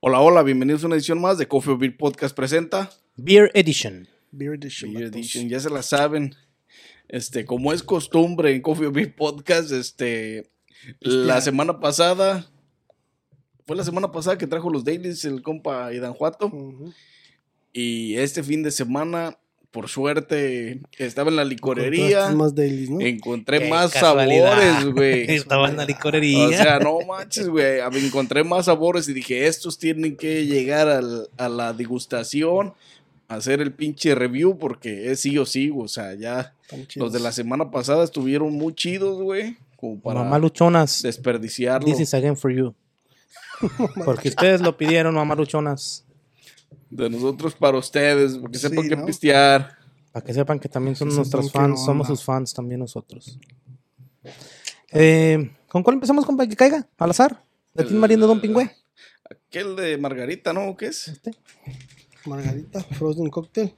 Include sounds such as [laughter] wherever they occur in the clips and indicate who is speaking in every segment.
Speaker 1: Hola, hola, bienvenidos a una edición más de Coffee or Beer Podcast presenta
Speaker 2: Beer Edition.
Speaker 3: Beer Edition.
Speaker 1: Beer
Speaker 3: vatos.
Speaker 1: Edition, ya se la saben. Este, como es costumbre en Coffee or Beer Podcast, este,
Speaker 3: Pues
Speaker 1: la semana pasada, fue la semana pasada que trajo los dailies el compa Idan Juato.
Speaker 3: Ujú.
Speaker 1: Y este fin de semana, por suerte, estaba en la
Speaker 3: Con todas
Speaker 1: licorería.
Speaker 3: estas más dailies, ¿no?
Speaker 1: Encontré
Speaker 2: Qué
Speaker 1: más
Speaker 2: casualidad.
Speaker 1: [laughs] sabores,
Speaker 2: [laughs]
Speaker 1: güey.
Speaker 2: Estaba en la licorería.
Speaker 1: O sea, no manches, güey. A- Encontré más sabores y dije, estos tienen que llegar al- a la degustación, hacer el pinche review, porque es sí o sí, güey. o sea, ya
Speaker 3: Están chidos.
Speaker 1: los de la semana pasada estuvieron muy chidos, güey. Como para
Speaker 2: Mamá Luchonas,
Speaker 1: desperdiciarlo.
Speaker 2: this is again for you. Porque ustedes lo pidieron, mamá Luchonas.
Speaker 1: De nosotros para ustedes, porque sepan
Speaker 3: Sí,
Speaker 1: que
Speaker 3: ¿no?
Speaker 1: pistear.
Speaker 2: Para que sepan que también son
Speaker 3: Sí,
Speaker 2: nuestros
Speaker 3: supongo que
Speaker 2: fans,
Speaker 3: no,
Speaker 2: somos
Speaker 3: no.
Speaker 2: sus fans también nosotros. Eh, ¿Con cuál empezamos, compa? Que caiga, al azar. De Tim Marín de Don Pingüe.
Speaker 1: Aquel de Margarita, ¿no? ¿Qué es?
Speaker 2: Este.
Speaker 3: Margarita, Frozen Cocktail.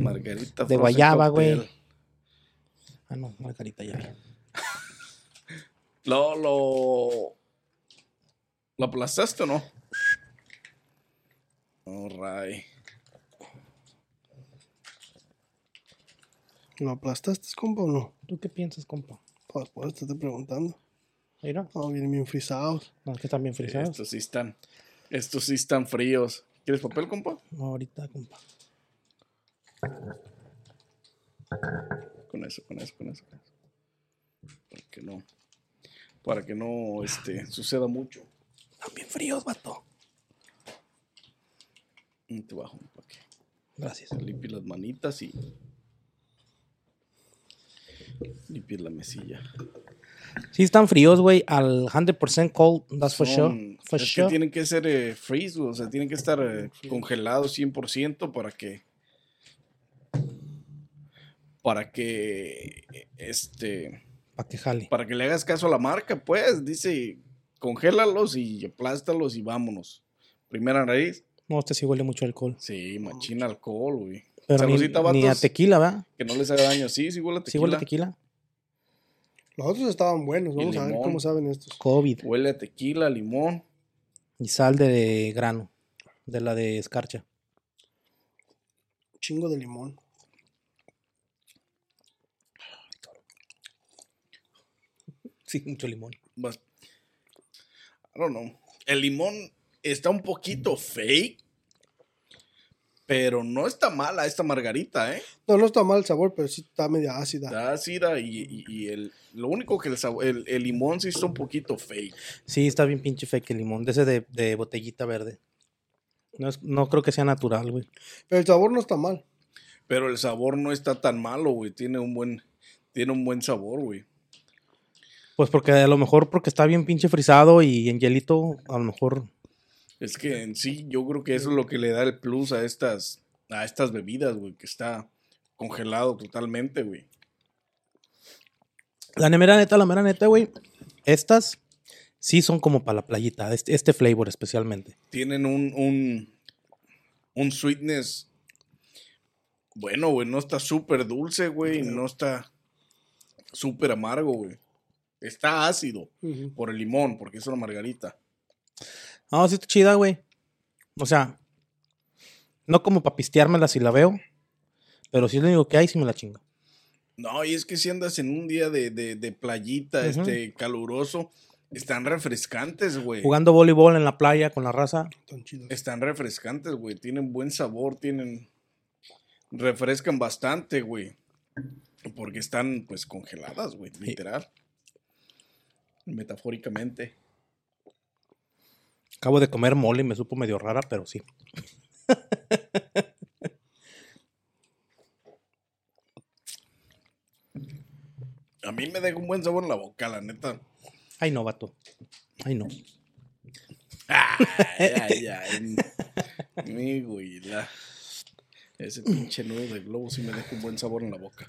Speaker 1: Margarita.
Speaker 2: De
Speaker 1: Frozen
Speaker 2: guayaba, güey.
Speaker 1: Cocktail.
Speaker 2: Ah, no, Margarita ya. vi.
Speaker 1: Lo, lo. ¿Lo aplastaste o no? Oh, ray.
Speaker 3: ¿Lo aplastaste, compa, o no?
Speaker 2: ¿Tú qué piensas, compa?
Speaker 3: Pues por eso te estoy preguntando.
Speaker 2: Mira,
Speaker 3: Oh, vienen bien frisados.
Speaker 2: no, es que están bien frisados.
Speaker 1: Estos sí están. Estos sí están fríos. ¿Quieres papel, compa?
Speaker 2: No, ahorita, compa.
Speaker 1: Con eso, con eso, con eso. con eso. Para que no. Para que no este, suceda mucho.
Speaker 2: Están bien fríos, vato.
Speaker 1: Y Te bajo un poquito.
Speaker 2: Gracias.
Speaker 1: Limpie las manitas y. Limpie la mesilla.
Speaker 2: Sí, están fríos, güey, al 100% cold, that's for
Speaker 1: Son-
Speaker 2: sure. For
Speaker 1: es
Speaker 2: sure.
Speaker 1: que tienen que ser eh, freeze, güey, o sea, tienen que estar eh, congelados 100% para que para que este
Speaker 2: Para que jale.
Speaker 1: para que le hagas caso a la marca, pues, dice, congélalos y aplástalos y vámonos. Primera raíz,
Speaker 2: No, este sí huele mucho a alcohol.
Speaker 1: sí, machina alcohol, güey.
Speaker 2: Pero ni,
Speaker 1: Saludcita, vatos,
Speaker 2: ni a tequila, ¿verdad?
Speaker 1: que no les haga daño, sí, sí huele a
Speaker 2: Sí
Speaker 1: tequila.
Speaker 2: huele a tequila.
Speaker 3: Los otros estaban buenos. Vamos a ver
Speaker 1: limón.
Speaker 3: cómo saben estos.
Speaker 2: COVID.
Speaker 1: Huele a tequila, limón.
Speaker 2: Y sal de grano. De la de escarcha. [laughs]
Speaker 3: Chingo de limón.
Speaker 2: Sí, mucho limón.
Speaker 1: Bas- I don't know. El limón está un poquito fake. Pero no está mala esta margarita, ¿eh?
Speaker 3: No, no está mal el sabor, pero sí está media ácida.
Speaker 1: Está ácida y, y- y el, lo único que el, sabo- el, el limón sí está un poquito fake.
Speaker 2: Sí, está bien pinche fake el limón. De ese de, de botellita verde. No, es- no creo que sea natural, güey.
Speaker 3: Pero el sabor no está mal.
Speaker 1: Pero el sabor no está tan malo, güey. Tiene un buen, tiene un buen sabor, güey.
Speaker 2: Pues porque a lo mejor porque está bien pinche frisado y en hielito, a lo mejor.
Speaker 1: Es que en sí yo creo que eso es lo que le da el plus a estas, a estas bebidas, güey. Que está congelado totalmente, güey.
Speaker 2: La mera neta, la mera neta, güey. Estas sí son como para la playita. Este, este flavor especialmente.
Speaker 1: tienen un, un, un sweetness. Bueno, güey, no está súper dulce, güey. No está súper amargo, güey. Está ácido
Speaker 3: Ujú.
Speaker 1: por el limón, porque es una margarita.
Speaker 2: Ah, sí está chida, güey. O sea, no como para pisteármela si la veo, pero sí le digo que hay si me la chingo.
Speaker 1: No, y es que si andas en un día de, de- de playita,
Speaker 2: Ujú.
Speaker 1: este, caluroso, están refrescantes, güey.
Speaker 2: Jugando voleibol en la playa con la raza.
Speaker 3: Están chidos.
Speaker 1: Están refrescantes, güey. Tienen buen sabor, tienen. Refrescan bastante, güey. Porque están, pues, congeladas, güey, literal. Metafóricamente.
Speaker 2: Acabo de comer mole y me supo medio rara, pero sí.
Speaker 1: A mí me deja un buen sabor en la boca, la neta.
Speaker 2: Ay, no, vato. Ay, no.
Speaker 1: Ay, ay,
Speaker 2: [laughs]
Speaker 1: ay. Mi güila. Ese pinche nudo de globo sí me deja un buen sabor en la boca.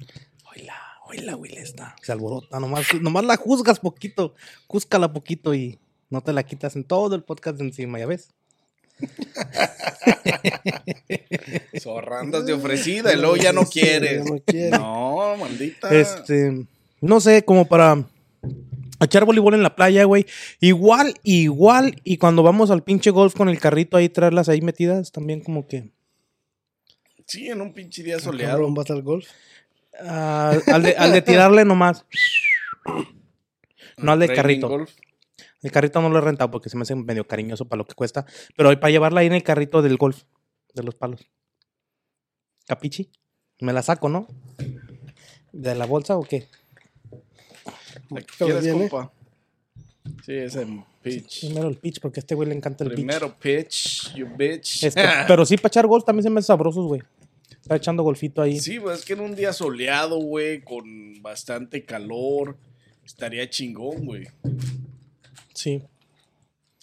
Speaker 2: Oila, oila, güey, está. Se alborota. Nomás, nomás la juzgas poquito. Cúscala poquito y no te la quitas en todo el podcast de encima, ¿ya ves?
Speaker 1: Zorrandas de ofrecida, y luego ya no
Speaker 3: [laughs] Sí,
Speaker 1: quieres.
Speaker 3: ya no quiere.
Speaker 1: No, maldita.
Speaker 2: Este, no sé, como para a echar voleibol en la playa, güey. Igual, igual. Y cuando vamos al pinche golf con el carrito ahí, traerlas ahí metidas, también como que.
Speaker 1: Sí, en un pinche día soleado.
Speaker 3: Ah, Cabrón, vas al golf.
Speaker 2: ah, al, de, al de tirarle nomás. No al del
Speaker 1: Training
Speaker 2: carrito.
Speaker 1: golf.
Speaker 2: El carrito no lo he rentado porque se me hace medio cariñoso para lo que cuesta. Pero hay para llevarla ahí en el carrito del golf, de los palos. ¿Capichi? Me la saco, ¿no? ¿De la bolsa o qué?
Speaker 1: La que
Speaker 3: Todo
Speaker 1: quieras,
Speaker 3: bien, ¿eh?
Speaker 1: compa. Sí, ese pitch.
Speaker 2: Primero el pitch, porque a este güey le encanta el pitch.
Speaker 1: Primero pitch, you bitch. [laughs]
Speaker 2: Este, pero sí, para echar golf también se me hace sabrosos, güey. Está echando golfito ahí.
Speaker 1: Sí, pues es que en un día soleado, güey, con bastante calor, estaría chingón, güey.
Speaker 2: sí.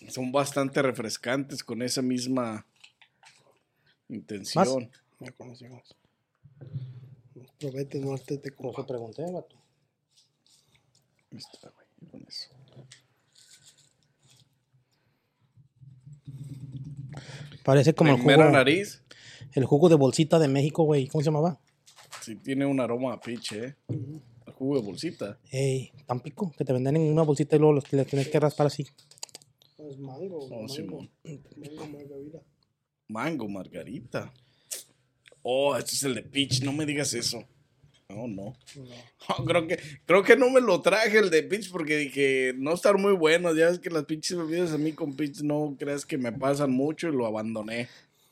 Speaker 1: Son bastante refrescantes con esa misma intención.
Speaker 3: Ya conocimos. Probete, no este te
Speaker 2: Por eso
Speaker 3: compa.
Speaker 2: pregunté, vato.
Speaker 1: Ahí está, güey, con eso.
Speaker 2: Parece como el
Speaker 1: Primera
Speaker 2: jugo,
Speaker 1: nariz,
Speaker 2: el jugo de bolsita de México, güey. ¿Cómo se llamaba?
Speaker 1: sí tiene un aroma a pitch, ¿eh? El jugo de bolsita.
Speaker 2: Ey, Tampico, que te venden en una bolsita y luego los, le tienes que raspar así.
Speaker 3: Es mango.
Speaker 1: No,
Speaker 3: mango,
Speaker 1: Simón.
Speaker 3: mango, margarita.
Speaker 1: Mango, margarita. Oh, este es el de pitch, no me digas eso. No, no. [laughs] No, creo que, creo que no me lo traje el de Pitch porque dije, no estar muy bueno. Ya ves que las pinches bebidas a mí con Pitch no creas que me pasan mucho y lo abandoné.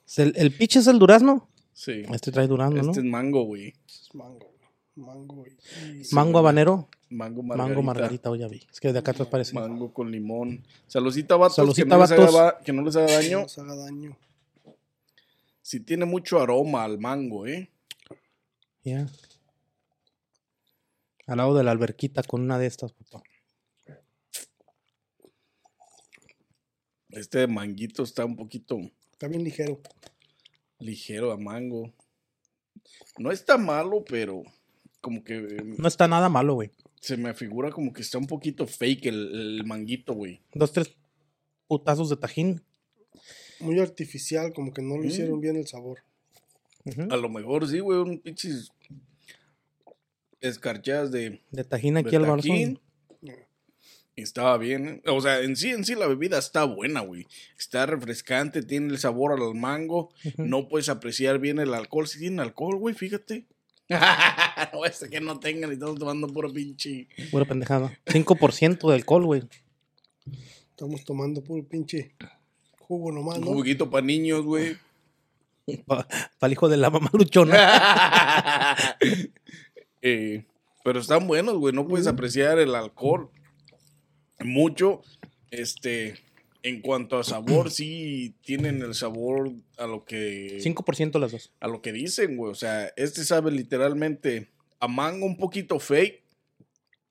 Speaker 2: Es El, el pitch es el durazno.
Speaker 1: Sí.
Speaker 2: Este trae durazno, ¿no?
Speaker 1: Este es mango, güey.
Speaker 3: Es mango. Mango y- y
Speaker 2: Mango habanero,
Speaker 1: Mango margarita.
Speaker 2: mango margarita, hoy ya vi. Es que de acá atrás parece.
Speaker 1: Mango con limón. Saludcita, vatos. que,
Speaker 2: Saludcita,
Speaker 1: no les haga
Speaker 2: vatos.
Speaker 1: va- que no les haga
Speaker 3: que no
Speaker 1: daño.
Speaker 3: nos haga daño.
Speaker 1: Si tiene mucho aroma al mango, ¿eh?
Speaker 2: Ya. Al lado de la alberquita con una de estas, papá.
Speaker 1: Este manguito está un poquito
Speaker 3: Está bien ligero.
Speaker 1: ligero a mango. No está malo, pero como que eh,
Speaker 2: No está nada malo, güey.
Speaker 1: se me figura como que está un poquito fake el- el manguito, güey.
Speaker 2: Dos, tres putazos de tajín.
Speaker 3: Muy artificial, como que no lo
Speaker 1: Mm.
Speaker 3: hicieron bien el sabor.
Speaker 2: Ujú.
Speaker 1: A lo mejor sí, güey, un pinches escarchadas de,
Speaker 2: De tajín
Speaker 1: de
Speaker 2: aquí al balcón.
Speaker 1: tajín. Y Estaba bien, ¿eh? o sea, en sí, en sí la bebida está buena, güey. Está refrescante, tiene el sabor al mango.
Speaker 2: Ujú.
Speaker 1: No puedes apreciar bien el alcohol. Si tiene alcohol, güey, fíjate. [laughs] no es que no tengan y estamos tomando puro pinche.
Speaker 2: Pura pendejada. 5% de alcohol, güey.
Speaker 3: Estamos tomando puro pinche jugo nomás,
Speaker 1: Un
Speaker 3: ¿no?
Speaker 1: juguito para niños, güey.
Speaker 2: Para el hijo de la mamá luchona.
Speaker 1: [laughs] Eh, pero están buenos, güey. No puedes apreciar el alcohol mucho. Este, en cuanto a sabor, sí tienen el sabor a lo que
Speaker 2: 5% las dos.
Speaker 1: a lo que dicen, güey. O sea, este sabe literalmente a mango un poquito fake,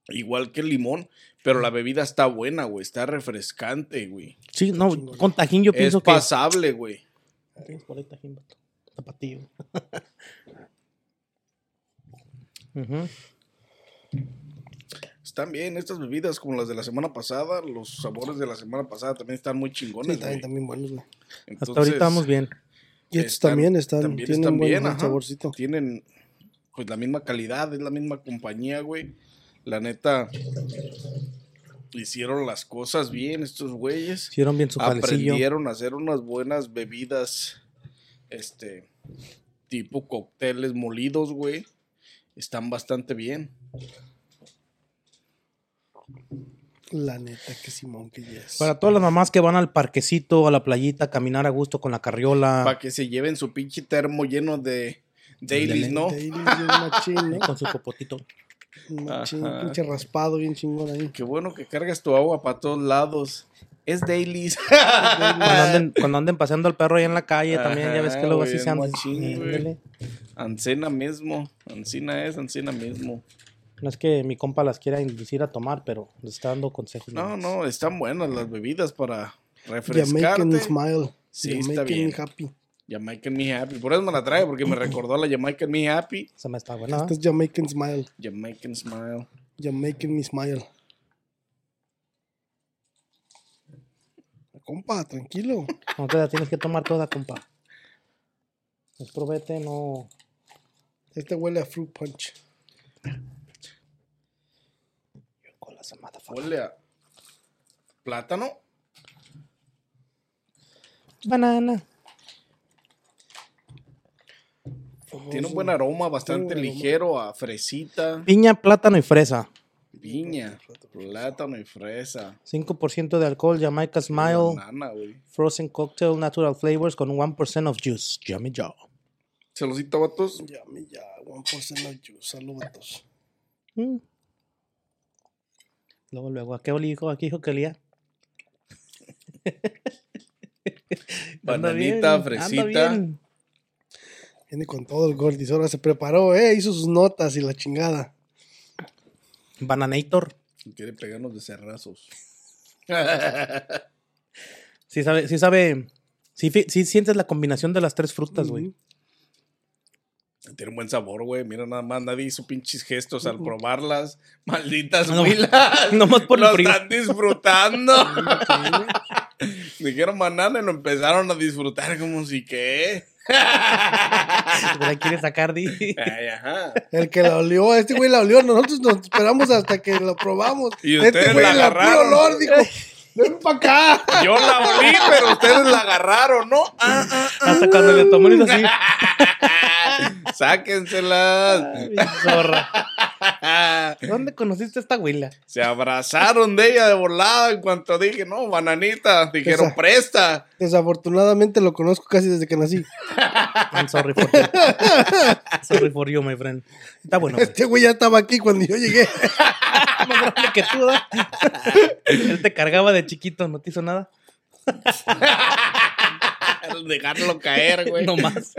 Speaker 1: igual que el limón, pero la bebida está buena, güey. Está refrescante, güey.
Speaker 2: Sí, no,
Speaker 3: Chingón.
Speaker 2: con tajín yo
Speaker 1: Es
Speaker 2: pienso que.
Speaker 1: pasable, güey.
Speaker 2: Tienes por ahí tajín, vato. Zapatillo. [laughs] Ujú.
Speaker 1: Están bien estas bebidas como las de la semana pasada. Los sabores de la semana pasada también están muy
Speaker 3: Sí,
Speaker 1: chingones, güey. Eh,
Speaker 3: también, también buenos, güey.
Speaker 2: Hasta ahorita vamos bien.
Speaker 3: Y estos
Speaker 1: Están-
Speaker 3: también están,
Speaker 1: también
Speaker 3: tienen
Speaker 1: están
Speaker 3: buen
Speaker 1: bien,
Speaker 3: buen
Speaker 1: ajá.
Speaker 3: saborcito.
Speaker 1: Tienen pues la misma calidad, es la misma compañía, güey. La neta hicieron las cosas bien estos güeyes.
Speaker 2: Hicieron bien su jalecillo.
Speaker 1: Aprendieron a hacer unas buenas bebidas este tipo cócteles molidos, güey. Están bastante bien.
Speaker 3: La neta, que Simón que ya es.
Speaker 2: Para todas las mamás que van al parquecito, a la playita, a caminar a gusto con la
Speaker 1: Para
Speaker 2: carriola,
Speaker 1: que se lleven su pinche termo lleno de dailies,
Speaker 2: De
Speaker 1: ¿no?
Speaker 3: Daily, bien machín,
Speaker 1: [laughs]
Speaker 3: ¿no?
Speaker 2: con su popotito.
Speaker 3: Un machín,
Speaker 1: Ajá.
Speaker 3: pinche raspado, bien chingón ahí.
Speaker 1: Qué bueno que cargas tu agua para todos lados. Es dailies.
Speaker 2: Cuando anden, cuando anden paseando al perro ahí en la calle también, ya ves que
Speaker 1: Ajá,
Speaker 2: luego
Speaker 1: güey,
Speaker 2: así se
Speaker 1: bien
Speaker 2: andan.
Speaker 1: machín,
Speaker 2: Eh,
Speaker 1: güey.
Speaker 2: ándale.
Speaker 1: [laughs] Ancena mismo, Ancina es, Ancina mismo.
Speaker 2: No es que mi compa las quiera inducir a tomar, pero les está dando consejos.
Speaker 1: No,
Speaker 2: nomás.
Speaker 1: no, están buenas las bebidas para
Speaker 3: Jamaican
Speaker 1: [laughs] refrescarte.
Speaker 3: Smile.
Speaker 1: Sí, está
Speaker 3: Jamaican
Speaker 1: bien.
Speaker 3: Happy.
Speaker 1: Jamaican Me Happy. Por eso me la trae, porque me recordó la Jamaican Me Happy.
Speaker 2: Esa me está buena.
Speaker 3: Este es Jamaican Smile.
Speaker 1: Jamaican Smile.
Speaker 3: Jamaican Me Smile. Compa, tranquilo.
Speaker 2: No te la tienes que tomar toda, compa. Es probete, no.
Speaker 3: Este huele a fruit punch.
Speaker 2: Con las motherfucker.
Speaker 1: Huele a plátano.
Speaker 2: Banana.
Speaker 1: Tiene un buen aroma, bastante
Speaker 3: buen aroma.
Speaker 1: ligero a fresita,
Speaker 2: Piña, plátano y fresa.
Speaker 1: piña, plátano y fresa.
Speaker 2: 5% de alcohol, Jamaica Smile,
Speaker 1: Banana, güey.
Speaker 2: Frozen Cocktail, Natural Flavors con 1% of juice. Yummy Joe.
Speaker 1: Se los cita, vatos.
Speaker 3: Ya, mi, ya, 1% of juice. Saludos.
Speaker 2: Mm. Luego, luego, ¿a qué olí- dijo? ¿A qué dijo que olía? [laughs] Anda bien,
Speaker 1: Bananita,
Speaker 2: anda
Speaker 1: fresita.
Speaker 2: bien.
Speaker 3: Viene con todo el Gordis. Ahora se preparó, ¿eh? Hizo sus notas y la chingada.
Speaker 2: Bananator.
Speaker 1: Quiere pegarnos de
Speaker 2: [laughs]
Speaker 1: cerrazos.
Speaker 2: Sí sabe, sí sabe. Sí, fi- sí sientes la combinación de las tres frutas, güey.
Speaker 1: Tiene un buen sabor, güey. Mira, nada más nadie hizo pinches gestos al probarlas. Malditas
Speaker 2: No,
Speaker 1: huilas.
Speaker 2: [laughs] nomás por el
Speaker 1: lo
Speaker 2: frío.
Speaker 1: están
Speaker 2: [laughs]
Speaker 1: disfrutando. Dijeron banana y lo empezaron a disfrutar como si que.
Speaker 2: Te la quieres Pues sacar, di. [laughs]
Speaker 1: Ay, ajá.
Speaker 3: El que la olió, este güey la olió. Nosotros nos esperamos hasta que lo probamos.
Speaker 1: Y
Speaker 3: este
Speaker 1: ustedes la
Speaker 3: la puro
Speaker 1: agarraron.
Speaker 3: olor, dijo. Ven para acá.
Speaker 1: Yo la olí, pero ustedes la agarraron, ¿no? Ah, ah,
Speaker 2: Hasta cuando le tomó hizo [laughs] así.
Speaker 1: ah. Sáquenselas.
Speaker 2: Ay, zorra. ¿Dónde conociste a esta güila?
Speaker 1: Se abrazaron de ella de volada en cuanto dije, no, bananita. Dijeron,
Speaker 3: Esa.
Speaker 1: presta.
Speaker 3: Desafortunadamente lo conozco casi desde que
Speaker 1: [laughs]
Speaker 3: nací.
Speaker 2: I'm sorry for [laughs] you. sorry for you, my friend. Está bueno. güey.
Speaker 3: Este güey ya estaba aquí cuando yo
Speaker 1: [laughs]
Speaker 3: llegué.
Speaker 2: Más grande que tú, [laughs] ¿verdad? Él te cargaba de chiquito, no te hizo nada.
Speaker 1: Dejarlo caer, güey.
Speaker 2: No más.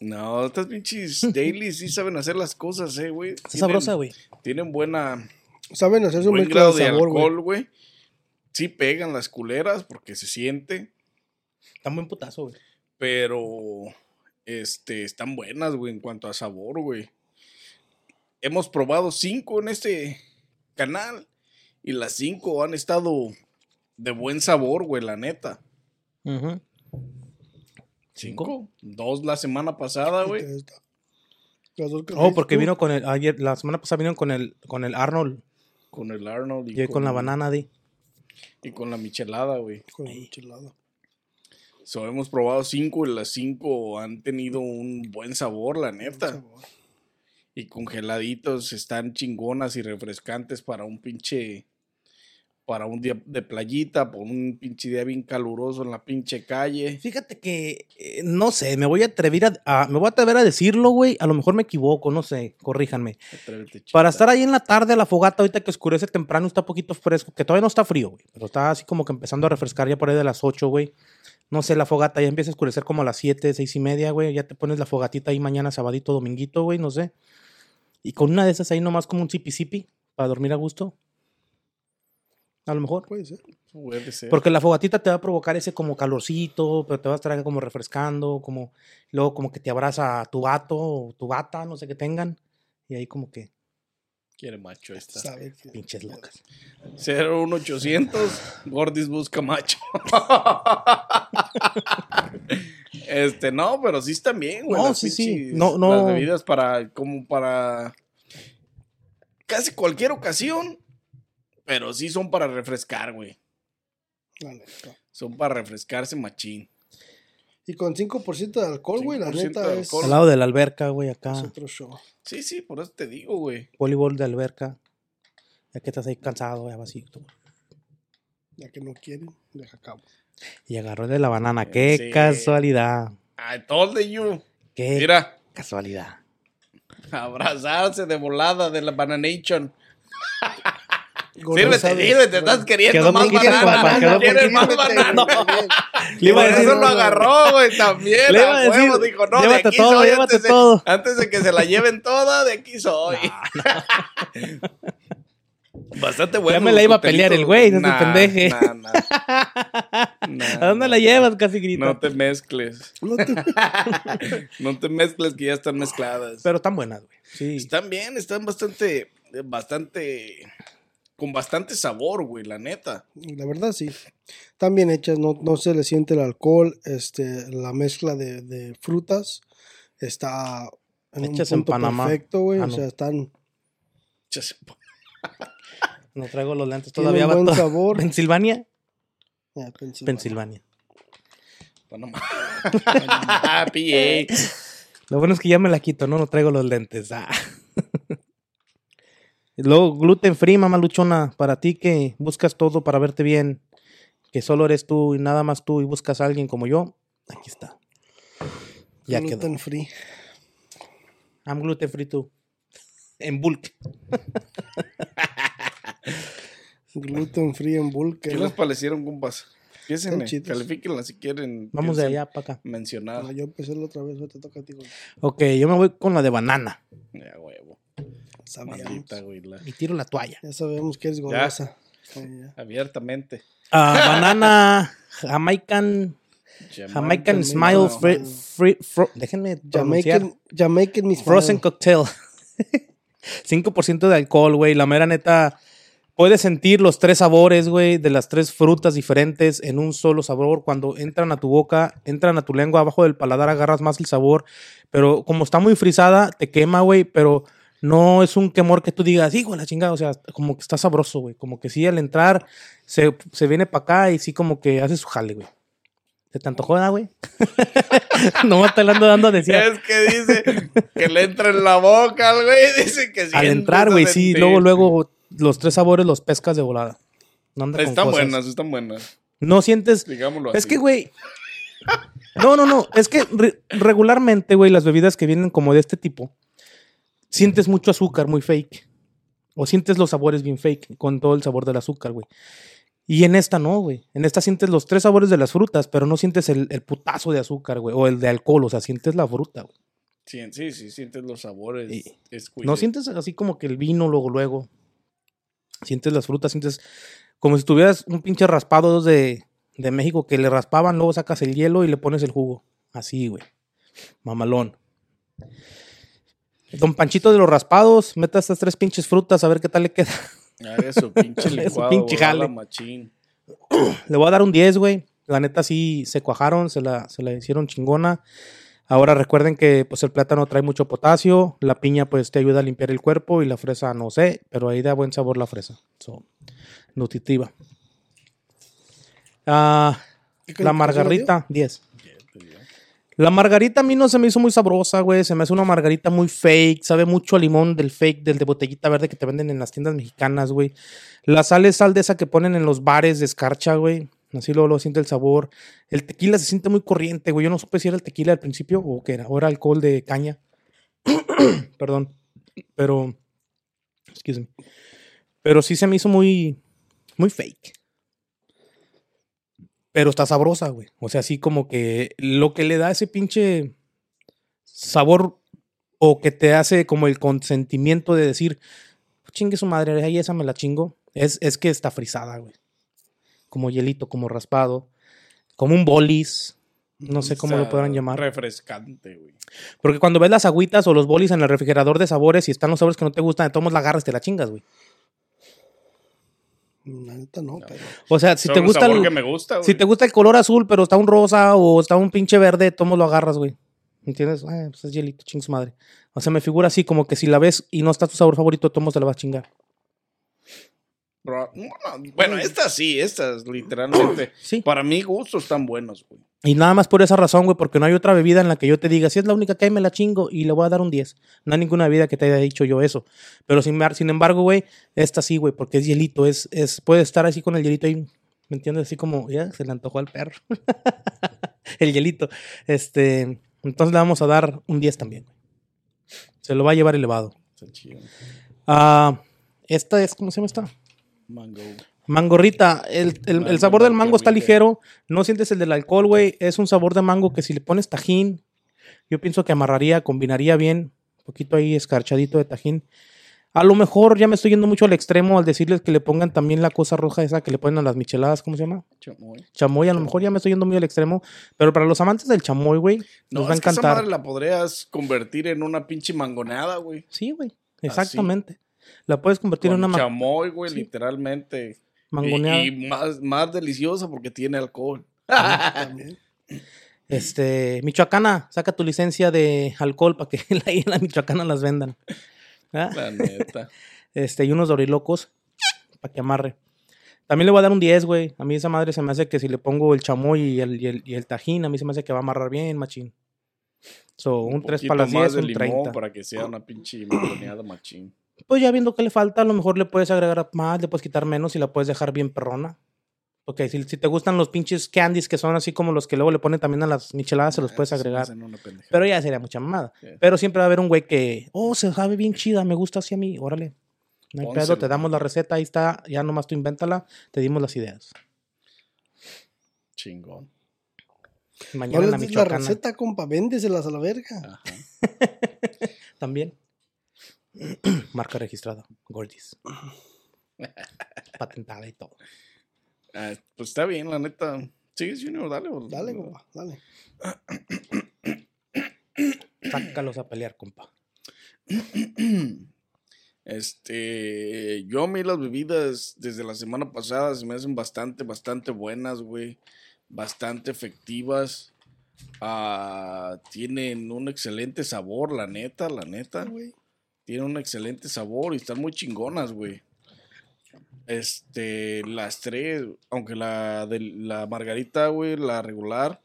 Speaker 1: No, estas pinches dailies sí saben hacer las cosas, eh, güey.
Speaker 2: Está sabrosa, güey.
Speaker 1: Tienen buena,
Speaker 3: Saben hacer su
Speaker 1: buen
Speaker 3: mezcla
Speaker 1: grado
Speaker 3: de
Speaker 1: de
Speaker 3: sabor, güey.
Speaker 1: alcohol, güey. Sí pegan las culeras porque se siente,
Speaker 2: Está muy putazo, güey.
Speaker 1: pero este, están buenas, güey, en cuanto a sabor, güey. Hemos probado cinco en este canal y las cinco han estado de buen sabor, güey, la neta.
Speaker 2: Ujú.
Speaker 1: ¿Cinco? Dos la semana pasada, güey.
Speaker 3: Ahí está. Las dos que
Speaker 2: Oh, porque
Speaker 3: tú.
Speaker 2: vino con el. Ayer, la semana pasada vino con el, con el Arnold.
Speaker 1: Con el Arnold
Speaker 2: Y con la banana, di.
Speaker 1: Y con la michelada, güey.
Speaker 3: Con la enchilada.
Speaker 1: So, hemos probado cinco y las cinco han tenido un buen sabor, la neta.
Speaker 3: Sabor.
Speaker 1: Y congeladitos están chingonas y refrescantes para un pinche. Para un día de playita, por un pinche día bien caluroso en la pinche calle.
Speaker 2: Fíjate que, eh, no sé, me voy a atrever a, a- me voy a atrever a decirlo, güey. A lo mejor me equivoco, no sé, corríjanme.
Speaker 1: Atrévete, chiquita.
Speaker 2: Para estar ahí en la tarde a la fogata, ahorita que oscurece temprano, está poquito fresco, que todavía no está frío, güey. Pero está así como que empezando a refrescar ya por ahí de las 8, güey. No sé, la fogata ya empieza a oscurecer como a las 7, 6 y media, güey. Ya te pones la fogatita ahí mañana, sabadito, dominguito, güey, no sé. Y con una de esas ahí nomás como un zipi-zipi para dormir a gusto. A lo mejor.
Speaker 3: Puede ser.
Speaker 1: Puede ser.
Speaker 2: Porque la fogatita te va a provocar ese como calorcito, pero te va a estar acá como refrescando, como luego como que te abraza tu vato o tu bata, no sé qué tengan. Y ahí como que
Speaker 1: Quiere macho esta.
Speaker 3: Sabe que-
Speaker 2: pinches locas.
Speaker 1: 01800, Gordis busca macho. este, no, pero sí están bien, güey.
Speaker 2: No,
Speaker 1: las
Speaker 2: sí, sí.
Speaker 1: pinches-
Speaker 2: No, no.
Speaker 1: Las bebidas para, como para casi cualquier ocasión, pero sí son para refrescar, güey.
Speaker 3: la neta.
Speaker 1: Son para refrescarse machín.
Speaker 3: Y con 5% de alcohol, güey, la
Speaker 1: 5%
Speaker 3: neta
Speaker 1: de
Speaker 3: es,
Speaker 1: alcohol.
Speaker 2: Al lado de la alberca, güey, acá.
Speaker 3: es otro show.
Speaker 1: Sí, sí, por eso te digo, güey.
Speaker 2: Voleibol de alberca. Ya que estás ahí cansado, güey, vasito.
Speaker 3: Ya que no quieren, deja cabo.
Speaker 2: Y agarró de la banana.
Speaker 1: Eh,
Speaker 2: ¡Qué
Speaker 1: sí.
Speaker 2: casualidad!
Speaker 1: I told you.
Speaker 2: ¡Qué
Speaker 1: Mira,
Speaker 2: casualidad!
Speaker 1: abrazarse de volada de la Bananation.
Speaker 3: Gordo
Speaker 1: Sírvete,
Speaker 3: sabe-
Speaker 1: sírvete, estás queriendo
Speaker 2: Quedó
Speaker 1: más
Speaker 2: poquito, papá,
Speaker 1: banana.
Speaker 2: quedó
Speaker 1: Quieres más
Speaker 3: Sírvete,
Speaker 1: banana.
Speaker 3: güey, bien.
Speaker 2: Le iba a
Speaker 1: Por
Speaker 2: decir,
Speaker 1: eso lo
Speaker 2: [laughs]
Speaker 1: agarró, güey, también.
Speaker 2: Le iba
Speaker 1: a
Speaker 2: a decir,
Speaker 1: huevo, dijo, no,
Speaker 2: llévate
Speaker 1: de aquí
Speaker 2: todo,
Speaker 1: soy,
Speaker 2: llévate
Speaker 1: antes de,
Speaker 2: todo.
Speaker 1: [laughs] Antes de que se la lleven toda, de aquí soy. [laughs] Bastante bueno.
Speaker 2: Ya me la
Speaker 1: los
Speaker 2: iba a pelear
Speaker 1: coctelitos,
Speaker 2: el güey, no se
Speaker 1: nah,
Speaker 2: pendeje.
Speaker 1: nah, nah. Nah,
Speaker 2: [laughs] ¿A dónde la
Speaker 1: nah.
Speaker 2: llevas? Casi grita.
Speaker 1: No te mezcles.
Speaker 3: No te-
Speaker 1: No te mezcles que ya están mezcladas.
Speaker 2: Pero están buenas, güey. Sí.
Speaker 1: Están bien, están bastante, bastante, con bastante sabor, güey, la neta.
Speaker 3: La verdad, sí. Están bien hechas, no, no se le siente el alcohol, este, la mezcla de, de frutas está en
Speaker 2: Hechas en
Speaker 3: un punto
Speaker 2: Panamá.
Speaker 3: perfecto, güey.
Speaker 2: Ah,
Speaker 3: o
Speaker 1: [laughs]
Speaker 2: no.
Speaker 3: sea, están
Speaker 1: Ya se-
Speaker 2: No traigo los lentes
Speaker 3: Tiene
Speaker 2: todavía.
Speaker 3: un buen
Speaker 2: vato.
Speaker 3: sabor.
Speaker 2: [laughs] ¿Pensilvania?
Speaker 3: Ya, Pensilvania.
Speaker 2: Pensilvania. [laughs]
Speaker 1: Panamá. Ah, PA.
Speaker 2: Lo bueno es que ya me la quito, ¿no? No traigo los lentes. Ah. [laughs] Y Luego, gluten free, mamá luchona. Para ti que buscas todo para verte bien, que solo eres tú y nada más tú y buscas a alguien como yo, aquí está. Ya
Speaker 3: Gluten
Speaker 2: quedó.
Speaker 3: free.
Speaker 2: I'm gluten free too. En bulk.
Speaker 3: Gluten free en bulk.
Speaker 1: ¿Qué
Speaker 3: ¿no?
Speaker 1: les parecieron, compas? Piénsenle,
Speaker 3: Están chidos.
Speaker 1: califíquenla si quieren.
Speaker 2: Vamos de
Speaker 1: piensen
Speaker 2: allá para acá.
Speaker 3: Ah,
Speaker 1: Mencionar.
Speaker 3: yo empecé la otra vez, ahora te toca a ti, güey.
Speaker 2: Ok, yo me voy con la de banana.
Speaker 1: Ya, huevo.
Speaker 3: Sabíamos.
Speaker 1: Maldita, güey. la-
Speaker 2: Y tiro la toalla.
Speaker 3: Ya sabemos que eres golosa. Sí, ya.
Speaker 1: Abiertamente.
Speaker 2: Ah, banana, Jamaican, Jamaican
Speaker 1: Jamaican
Speaker 2: Smile,
Speaker 1: Milo.
Speaker 2: free, free, fro- déjenme pronunciar.
Speaker 3: Jamaican, Jamaican mis
Speaker 2: Frozen Cocktail. [laughs] 5% de alcohol, güey. La mera neta. Puedes sentir los tres sabores, güey, de las tres frutas diferentes en un solo sabor. Cuando entran a tu boca, entran a tu lengua, abajo del paladar agarras más el sabor. Pero como está muy frisada, te quema, güey. Pero no es un quemor que tú digas, hijo de la chingada. O sea, como que está sabroso, güey. Como que sí, al entrar, se, se viene para acá y sí, como que hace su jale, güey. ¿Se te antojó, ah, güey? [laughs] no me está dando a decir.
Speaker 1: Es que dice que le entra en la boca al güey. Dice que sí.
Speaker 2: Al entrar, güey, sí, luego, luego los tres sabores los pescas de volada. No anda con
Speaker 1: Están
Speaker 2: cosas.
Speaker 1: buenas, están buenas.
Speaker 2: No sientes.
Speaker 1: Digámoslo
Speaker 2: Es
Speaker 1: así.
Speaker 2: que, güey. No, no, no. Es que re- regularmente, güey, las bebidas que vienen como de este tipo, sientes mucho azúcar muy fake. O sientes los sabores bien fake con todo el sabor del azúcar, güey. Y en esta no, güey. En esta sientes los tres sabores de las frutas, pero no sientes el, el putazo de azúcar, güey. O el de alcohol, o sea, sientes la fruta, güey.
Speaker 1: Sí, sí, sí, sientes los sabores.
Speaker 2: Y-
Speaker 1: Es
Speaker 2: No sientes así como que el vino luego, luego. Sientes las frutas, sientes como si tuvieras un pinche raspado de, de México que le raspaban, luego sacas el hielo y le pones el jugo. Así, güey. Mamalón. Don Panchito de los raspados, meta estas tres pinches frutas a ver qué tal le queda.
Speaker 1: Haga su Ah,
Speaker 2: [laughs]
Speaker 1: pinche
Speaker 2: Haga su
Speaker 1: licuado.
Speaker 2: pinche
Speaker 1: güey, ala
Speaker 2: jale.
Speaker 1: machín.
Speaker 2: Le voy a dar un 10, güey. La neta sí se cuajaron, se la, se la hicieron chingona. Ahora recuerden que pues el plátano trae mucho potasio, la piña pues te ayuda a limpiar el cuerpo y la fresa no sé, pero ahí da buen sabor la fresa. So, nutritiva. Ah,
Speaker 3: ¿Qué calificación
Speaker 2: la
Speaker 3: le
Speaker 2: margarita, 10. La margarita a mí no se me hizo muy sabrosa, güey. Se me hace una margarita muy fake. Sabe mucho a limón del fake, del de botellita verde que te venden en las tiendas mexicanas, güey. La sal es sal de esa que ponen en los bares de escarcha, güey. Así luego, luego siente el sabor. El tequila se siente muy corriente, güey. Yo no supe si era el tequila al principio o que era. O era alcohol de caña. [coughs] Perdón. Pero. Excuse me. Pero sí se me hizo muy. Muy fake. Pero está sabrosa, güey. O sea, así como que lo que le da ese pinche sabor o que te hace como el consentimiento de decir, chingue su madre, ahí esa me la chingo, es, es que está frisada, güey. Como hielito, como raspado, como un bolis. No sé cómo lo
Speaker 1: Está
Speaker 2: podrán llamar.
Speaker 1: Refrescante, güey.
Speaker 2: Porque cuando ves las agüitas o los bolis en el refrigerador de sabores y están los sabores que no te gustan, de todos modos la agarras y te la chingas, güey.
Speaker 3: Mm, La neta no, pero
Speaker 2: O sea, si
Speaker 1: Son
Speaker 2: te
Speaker 1: un
Speaker 2: gusta
Speaker 1: sabor
Speaker 2: el,
Speaker 1: que me gusta, güey.
Speaker 2: si te gusta el color azul, pero está un rosa o está un pinche verde, de todos modos lo agarras, güey. ¿Entiendes? Ah, pues es hielito, ching su madre. O sea, me figura así como que si la ves y no está tu sabor favorito, de todos modos te la vas a chingar.
Speaker 1: Bro, no, no, Bueno, estas sí, estas literalmente.
Speaker 2: Sí.
Speaker 1: Para mí, gustos están buenos, güey.
Speaker 2: Y nada más por esa razón, güey, porque no hay otra bebida en la que yo te diga, si es la única que hay, me la chingo y le voy a dar un 10. No hay ninguna bebida que te haya dicho yo eso. Pero sin, mar- sin embargo, güey, esta sí, güey, porque es hielito, es, es, puede estar así con el hielito ahí, ¿me entiendes? Así como, ya, se le antojó al perro. [laughs] el hielito. Este, entonces le vamos a dar un 10 también. Se lo va a llevar elevado.
Speaker 1: Está chido.
Speaker 2: Ah, esta es, ¿cómo se llama esta?
Speaker 1: Mango.
Speaker 2: Mangorrita, el, el- el sabor del mango está ligero, no sientes el del alcohol, güey, es un sabor de mango que si le pones tajín, yo pienso que amarraría, combinaría bien, un poquito ahí escarchadito de tajín. A lo mejor ya me estoy yendo mucho al extremo al decirles que le pongan también la cosa roja esa que le ponen a las micheladas, ¿cómo se llama?
Speaker 1: Chamoy.
Speaker 2: Chamoy, a lo mejor ya me estoy yendo muy al extremo, pero para los amantes del chamoy, güey,
Speaker 1: No,
Speaker 2: nos va a
Speaker 1: es que esa
Speaker 2: encantar.
Speaker 1: madre la podrías convertir en una pinche mangonada, güey.
Speaker 2: Ah, Sí, güey, exactamente. La puedes convertir
Speaker 1: Con
Speaker 2: en una ma-
Speaker 1: chamoy, güey,
Speaker 2: Sí.
Speaker 1: literalmente. Y-
Speaker 2: mangoneada.
Speaker 1: Y, más, más deliciosa porque tiene alcohol.
Speaker 3: también.
Speaker 2: Este, Michoacana, saca tu [laughs] licencia de alcohol para que ahí en la Michoacana las vendan. ¿Ah?
Speaker 1: La [laughs] neta.
Speaker 2: Este, y unos dorilocos para que amarre. También le voy a dar un 10, güey. A mí esa madre se me hace que si le pongo el chamoy y el, y el, y el tajín, a mí se me hace que va a amarrar bien, machín. So, un, 3
Speaker 1: poquito
Speaker 2: para las
Speaker 1: más
Speaker 2: 10,
Speaker 1: de
Speaker 2: un
Speaker 1: limón
Speaker 2: 30.
Speaker 1: para que sea una pinche maconeada machín.
Speaker 2: Pues ya viendo qué le falta, a lo mejor le puedes agregar más, le puedes quitar menos y la puedes dejar bien perrona. Porque si, si te gustan los pinches candies que son así como los que luego le ponen también a las micheladas, Ah, se los puedes
Speaker 1: Ah, Se me
Speaker 2: agregar.
Speaker 1: hacen una pendejada.
Speaker 2: Pero ya sería mucha mamada.
Speaker 1: Sí.
Speaker 2: Pero siempre va a haber un güey que, oh, se sabe bien chida, me gusta así a mí, órale. No hay pedo,
Speaker 1: Pónselo.
Speaker 2: te damos la receta, ahí está, ya nomás tú invéntala, te dimos las ideas.
Speaker 1: Chingón.
Speaker 3: No
Speaker 2: Mañana en la
Speaker 3: les des la
Speaker 2: Michoacana
Speaker 3: receta, compa, véndeselas a la verga.
Speaker 1: Ajá.
Speaker 2: también. [clears throat] Marca registrada, Gordis. Patentada y todo.
Speaker 1: Ah, pues está bien, la neta. ¿Sigues Junior? Dale, bro.
Speaker 3: Dale, compa, dale.
Speaker 2: Sácalos a pelear, compa.
Speaker 1: [clears throat] Este, yo a mí las bebidas desde la semana pasada se me hacen bastante, bastante buenas, güey. Bastante efectivas. Ah, tienen un excelente sabor, la neta, la neta.
Speaker 3: güey.
Speaker 1: Tienen un excelente sabor y están muy chingonas, güey. Este, las tres, aunque la de la margarita, güey, la regular,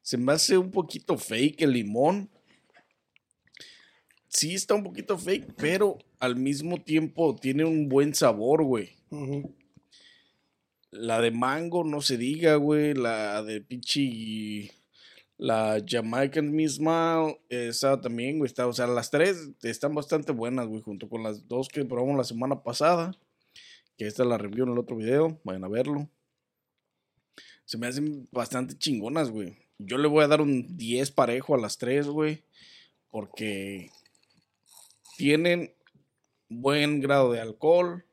Speaker 1: se me hace un poquito fake el limón. Sí, está un poquito fake, pero al mismo tiempo tiene un buen sabor, güey.
Speaker 3: Ujú.
Speaker 1: La de mango, no se diga, güey. La de pichi. La Jamaican misma, esa también, güey. Está, o sea, las tres están bastante buenas, güey. Junto con las dos que probamos la semana pasada. Que esta la review en el otro video. Vayan a verlo. Se me hacen bastante chingonas, güey. Yo le voy a dar un 10 parejo a las tres, güey. Porque tienen buen grado de alcohol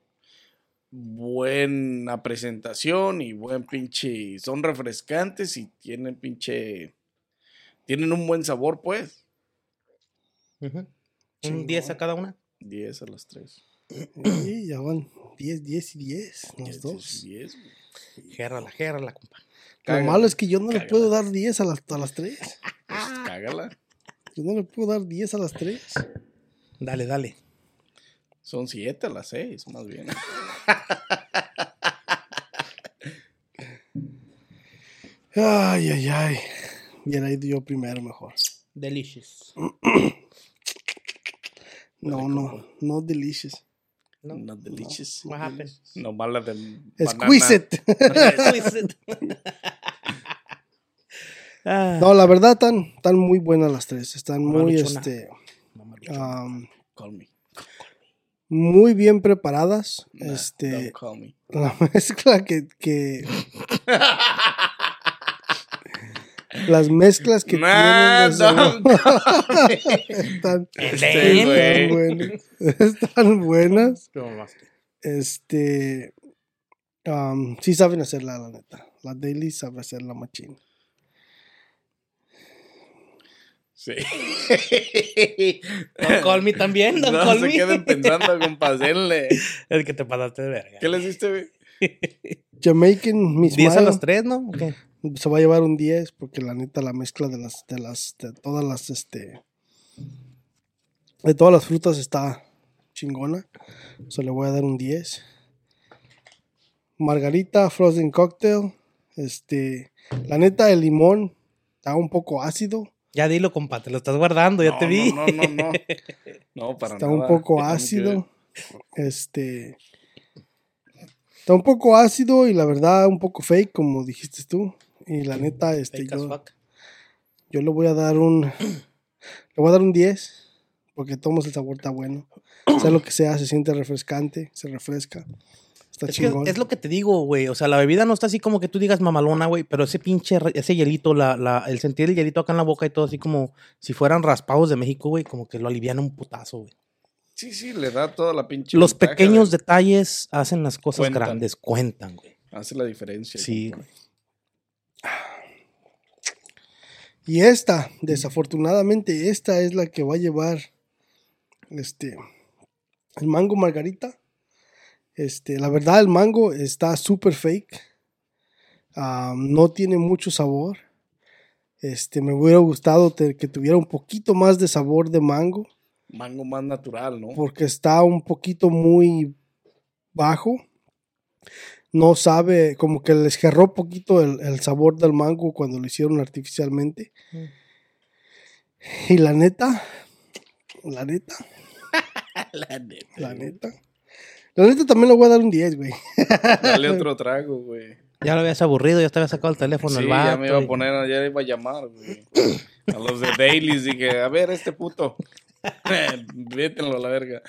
Speaker 1: buena presentación y buen pinche. Son refrescantes y tienen pinche. Tienen un buen sabor, pues.
Speaker 2: Ujú.
Speaker 3: Chingón.
Speaker 2: Un 10 a cada una.
Speaker 1: 10 a las 3.
Speaker 3: Sí, ya van 10, 10 y 10, los dos.
Speaker 2: Gérrala, gérrala, compa.
Speaker 3: Lo malo es que Ah. yo no le
Speaker 1: Cágala. pues,
Speaker 3: puedo dar 10 a las, a las 3.
Speaker 1: cágala.
Speaker 3: Yo no le puedo dar 10 a las 3.
Speaker 2: Dale, dale.
Speaker 1: Son 7 a las 6, más
Speaker 3: [laughs]
Speaker 1: bien.
Speaker 3: Ay, ay, ay. Hubiera ido yo primero mejor.
Speaker 2: Delicious.
Speaker 3: No, no, no delicious.
Speaker 1: No,
Speaker 2: No.
Speaker 1: delicious.
Speaker 2: What happened? [laughs]
Speaker 1: No mala de.
Speaker 3: Exquisite.
Speaker 1: banana.
Speaker 2: [laughs] Ah,
Speaker 3: No, la verdad, están, están muy buenas las tres. Están
Speaker 2: Una
Speaker 3: muy,
Speaker 2: luchona.
Speaker 3: este,
Speaker 1: Ah.
Speaker 2: mamaluchona.
Speaker 3: am,
Speaker 1: Call me.
Speaker 3: muy bien preparadas.
Speaker 1: Nah,
Speaker 3: este,
Speaker 1: don't call me.
Speaker 3: [laughs] la mezcla que, que- las mezclas que
Speaker 1: Nah,
Speaker 3: tienen están- [laughs]
Speaker 1: don't call me.
Speaker 3: están,
Speaker 1: Este,
Speaker 3: están
Speaker 1: güey.
Speaker 3: buenas. [laughs] Están buenas.
Speaker 2: ¿Cómo más?
Speaker 3: Este, am, sí saben hacerla, la neta. La Daily sabe hacerla machín.
Speaker 1: Sí. [laughs]
Speaker 2: Don Call Me también, Don
Speaker 1: No
Speaker 2: Call
Speaker 1: se
Speaker 2: Me. [laughs]
Speaker 1: queden pensando, compas. denle.
Speaker 2: Es que te pasaste de verga.
Speaker 1: ¿Qué les diste, güey?
Speaker 3: Jamaican, mis
Speaker 2: 10 a las 3, ¿no? ¿O qué?
Speaker 3: se va a llevar un 10 porque la neta la mezcla de las de las de todas las este de todas las frutas está chingona. Se le voy a dar un 10. Margarita Frozen Cocktail, este la neta el limón está un poco ácido,
Speaker 2: Ya dilo, compa, te lo estás guardando, ya
Speaker 1: No,
Speaker 2: te vi.
Speaker 1: No, no, no. No, No, para
Speaker 3: está
Speaker 1: nada.
Speaker 3: un poco
Speaker 1: I'm
Speaker 3: ácido.
Speaker 1: good.
Speaker 3: Este está un poco ácido y la verdad un poco fake como dijiste tú. Y la neta este
Speaker 2: Fake as
Speaker 3: yo-
Speaker 2: fuck.
Speaker 3: Yo le voy a dar un. Le voy a dar un 10. Porque tomos el sabor está bueno. Sea lo que sea, se siente refrescante, se refresca. Está
Speaker 2: Es, que
Speaker 3: chingón.
Speaker 2: es lo que te digo, güey. O sea, la bebida no está así como que tú digas mamalona, güey, pero ese pinche, re- ese hielito, la, la, el sentir el hielito acá en la boca y todo así como si fueran raspados de México, güey, como que lo alivian un putazo, güey.
Speaker 1: Sí, sí, le da toda la pinche.
Speaker 2: Los
Speaker 1: ventaja, eh,
Speaker 2: pequeños
Speaker 1: güey.
Speaker 2: detalles hacen las cosas
Speaker 1: Cuentan.
Speaker 2: grandes, cuentan, güey.
Speaker 1: Hace la diferencia.
Speaker 2: Sí,
Speaker 1: compa.
Speaker 3: Y esta, desafortunadamente, esta es la que va a llevar. Este. El mango margarita. Este, la verdad, el mango está súper fake. Ah, no tiene mucho sabor. Este, me hubiera gustado te- que tuviera un poquito más de sabor de mango.
Speaker 1: mango más natural, ¿no?
Speaker 3: porque está un poquito muy bajo. No sabe, como que les gerró poquito el, el sabor del mango cuando lo hicieron artificialmente.
Speaker 1: Mm.
Speaker 3: Y la neta, la neta,
Speaker 1: La neta.
Speaker 3: la neta. La neta también le voy a dar un 10, güey.
Speaker 1: Dale otro trago, güey.
Speaker 2: Ya lo habías aburrido, ya te había sacado el teléfono
Speaker 1: Sí,
Speaker 2: el
Speaker 1: ya
Speaker 2: vato
Speaker 1: me iba
Speaker 2: y-
Speaker 1: a poner, ya iba a llamar, güey. A los de Dailies dije, a ver, este puto. Vétenlo a la verga.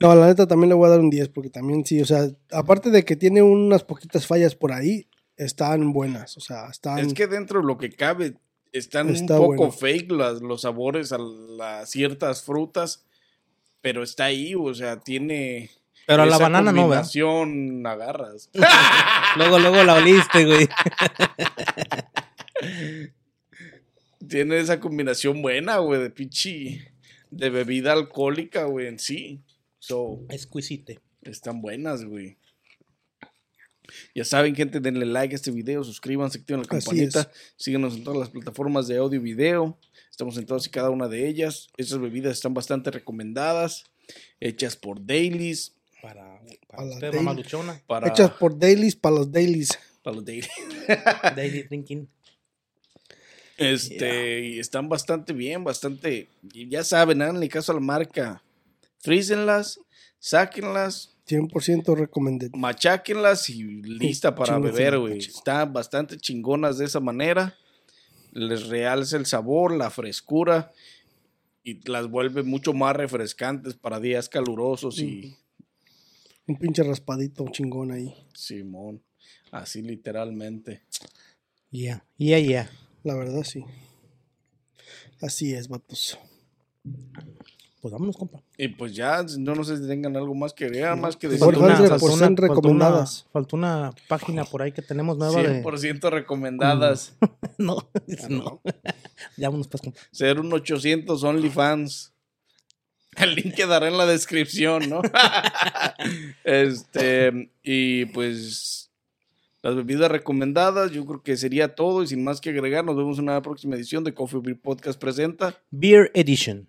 Speaker 3: No, la neta también le voy a dar un 10 porque también sí, o sea, aparte de que tiene unas poquitas fallas por ahí, están buenas, o sea, están...
Speaker 1: Es que dentro de lo que cabe están
Speaker 3: Está
Speaker 1: un poco
Speaker 3: bueno.
Speaker 1: fake las, los sabores a las ciertas frutas, pero está ahí, o sea, tiene.
Speaker 2: Pero a la
Speaker 1: esa
Speaker 2: banana no, ¿verdad?
Speaker 1: combinación agarras.
Speaker 2: Luego, luego la oliste, güey.
Speaker 1: tiene esa combinación buena, güey, de pichi. De bebida alcohólica, güey, en sí. So,
Speaker 2: Exquisite.
Speaker 1: Están buenas, güey. Ya saben, gente, denle like a este video, suscríbanse, activen la
Speaker 3: Así
Speaker 1: campanita, síguenos en todas las plataformas de audio y video. Estamos en todas y cada una de ellas. Estas bebidas están bastante recomendadas, hechas por dailies,
Speaker 2: Para, para
Speaker 3: A la
Speaker 2: usted,
Speaker 3: daily.
Speaker 2: mamaluchona.
Speaker 1: para,
Speaker 3: Hechas por dailies para los dailies.
Speaker 1: para los dailies.
Speaker 2: [laughs] Daily drinking.
Speaker 1: Este, y están bastante bien, bastante. y ya saben, háganle caso a la marca. Frícenlas, sáquenlas,
Speaker 3: 100% recomendé.
Speaker 1: macháquenlas y lista para
Speaker 3: Chingo,
Speaker 1: beber,
Speaker 3: chingo,
Speaker 1: güey.
Speaker 3: chingo.
Speaker 1: Están bastante chingonas de esa manera. Les realza el sabor, la frescura y las vuelve mucho más refrescantes para días calurosos y
Speaker 3: Un pinche raspadito chingón ahí.
Speaker 1: Simón. Así literalmente.
Speaker 2: Yeah, yeah, yeah.
Speaker 3: La verdad, sí. Así es, vatos.
Speaker 2: Pues vámonos, compa.
Speaker 1: Y pues ya, no, no sé si tengan algo más que agregar, más que
Speaker 3: Pues
Speaker 1: decir.
Speaker 3: Por
Speaker 2: Faltó una-
Speaker 3: 11%
Speaker 2: faltó una- faltó
Speaker 3: recomendadas.
Speaker 2: una- Faltó una página por ahí que tenemos nueva de...
Speaker 1: 100% recomendadas.
Speaker 2: [laughs] Ah, No, [laughs] no. Ya vámonos, pues, compa.
Speaker 1: Ser un 800 OnlyFans. [laughs] El link quedará en la descripción, ¿no? [laughs] este, y pues las bebidas recomendadas, yo creo que sería todo. Y sin más que agregar, nos vemos en una próxima edición de Coffee Beer Podcast Presenta.
Speaker 2: Beer Edition.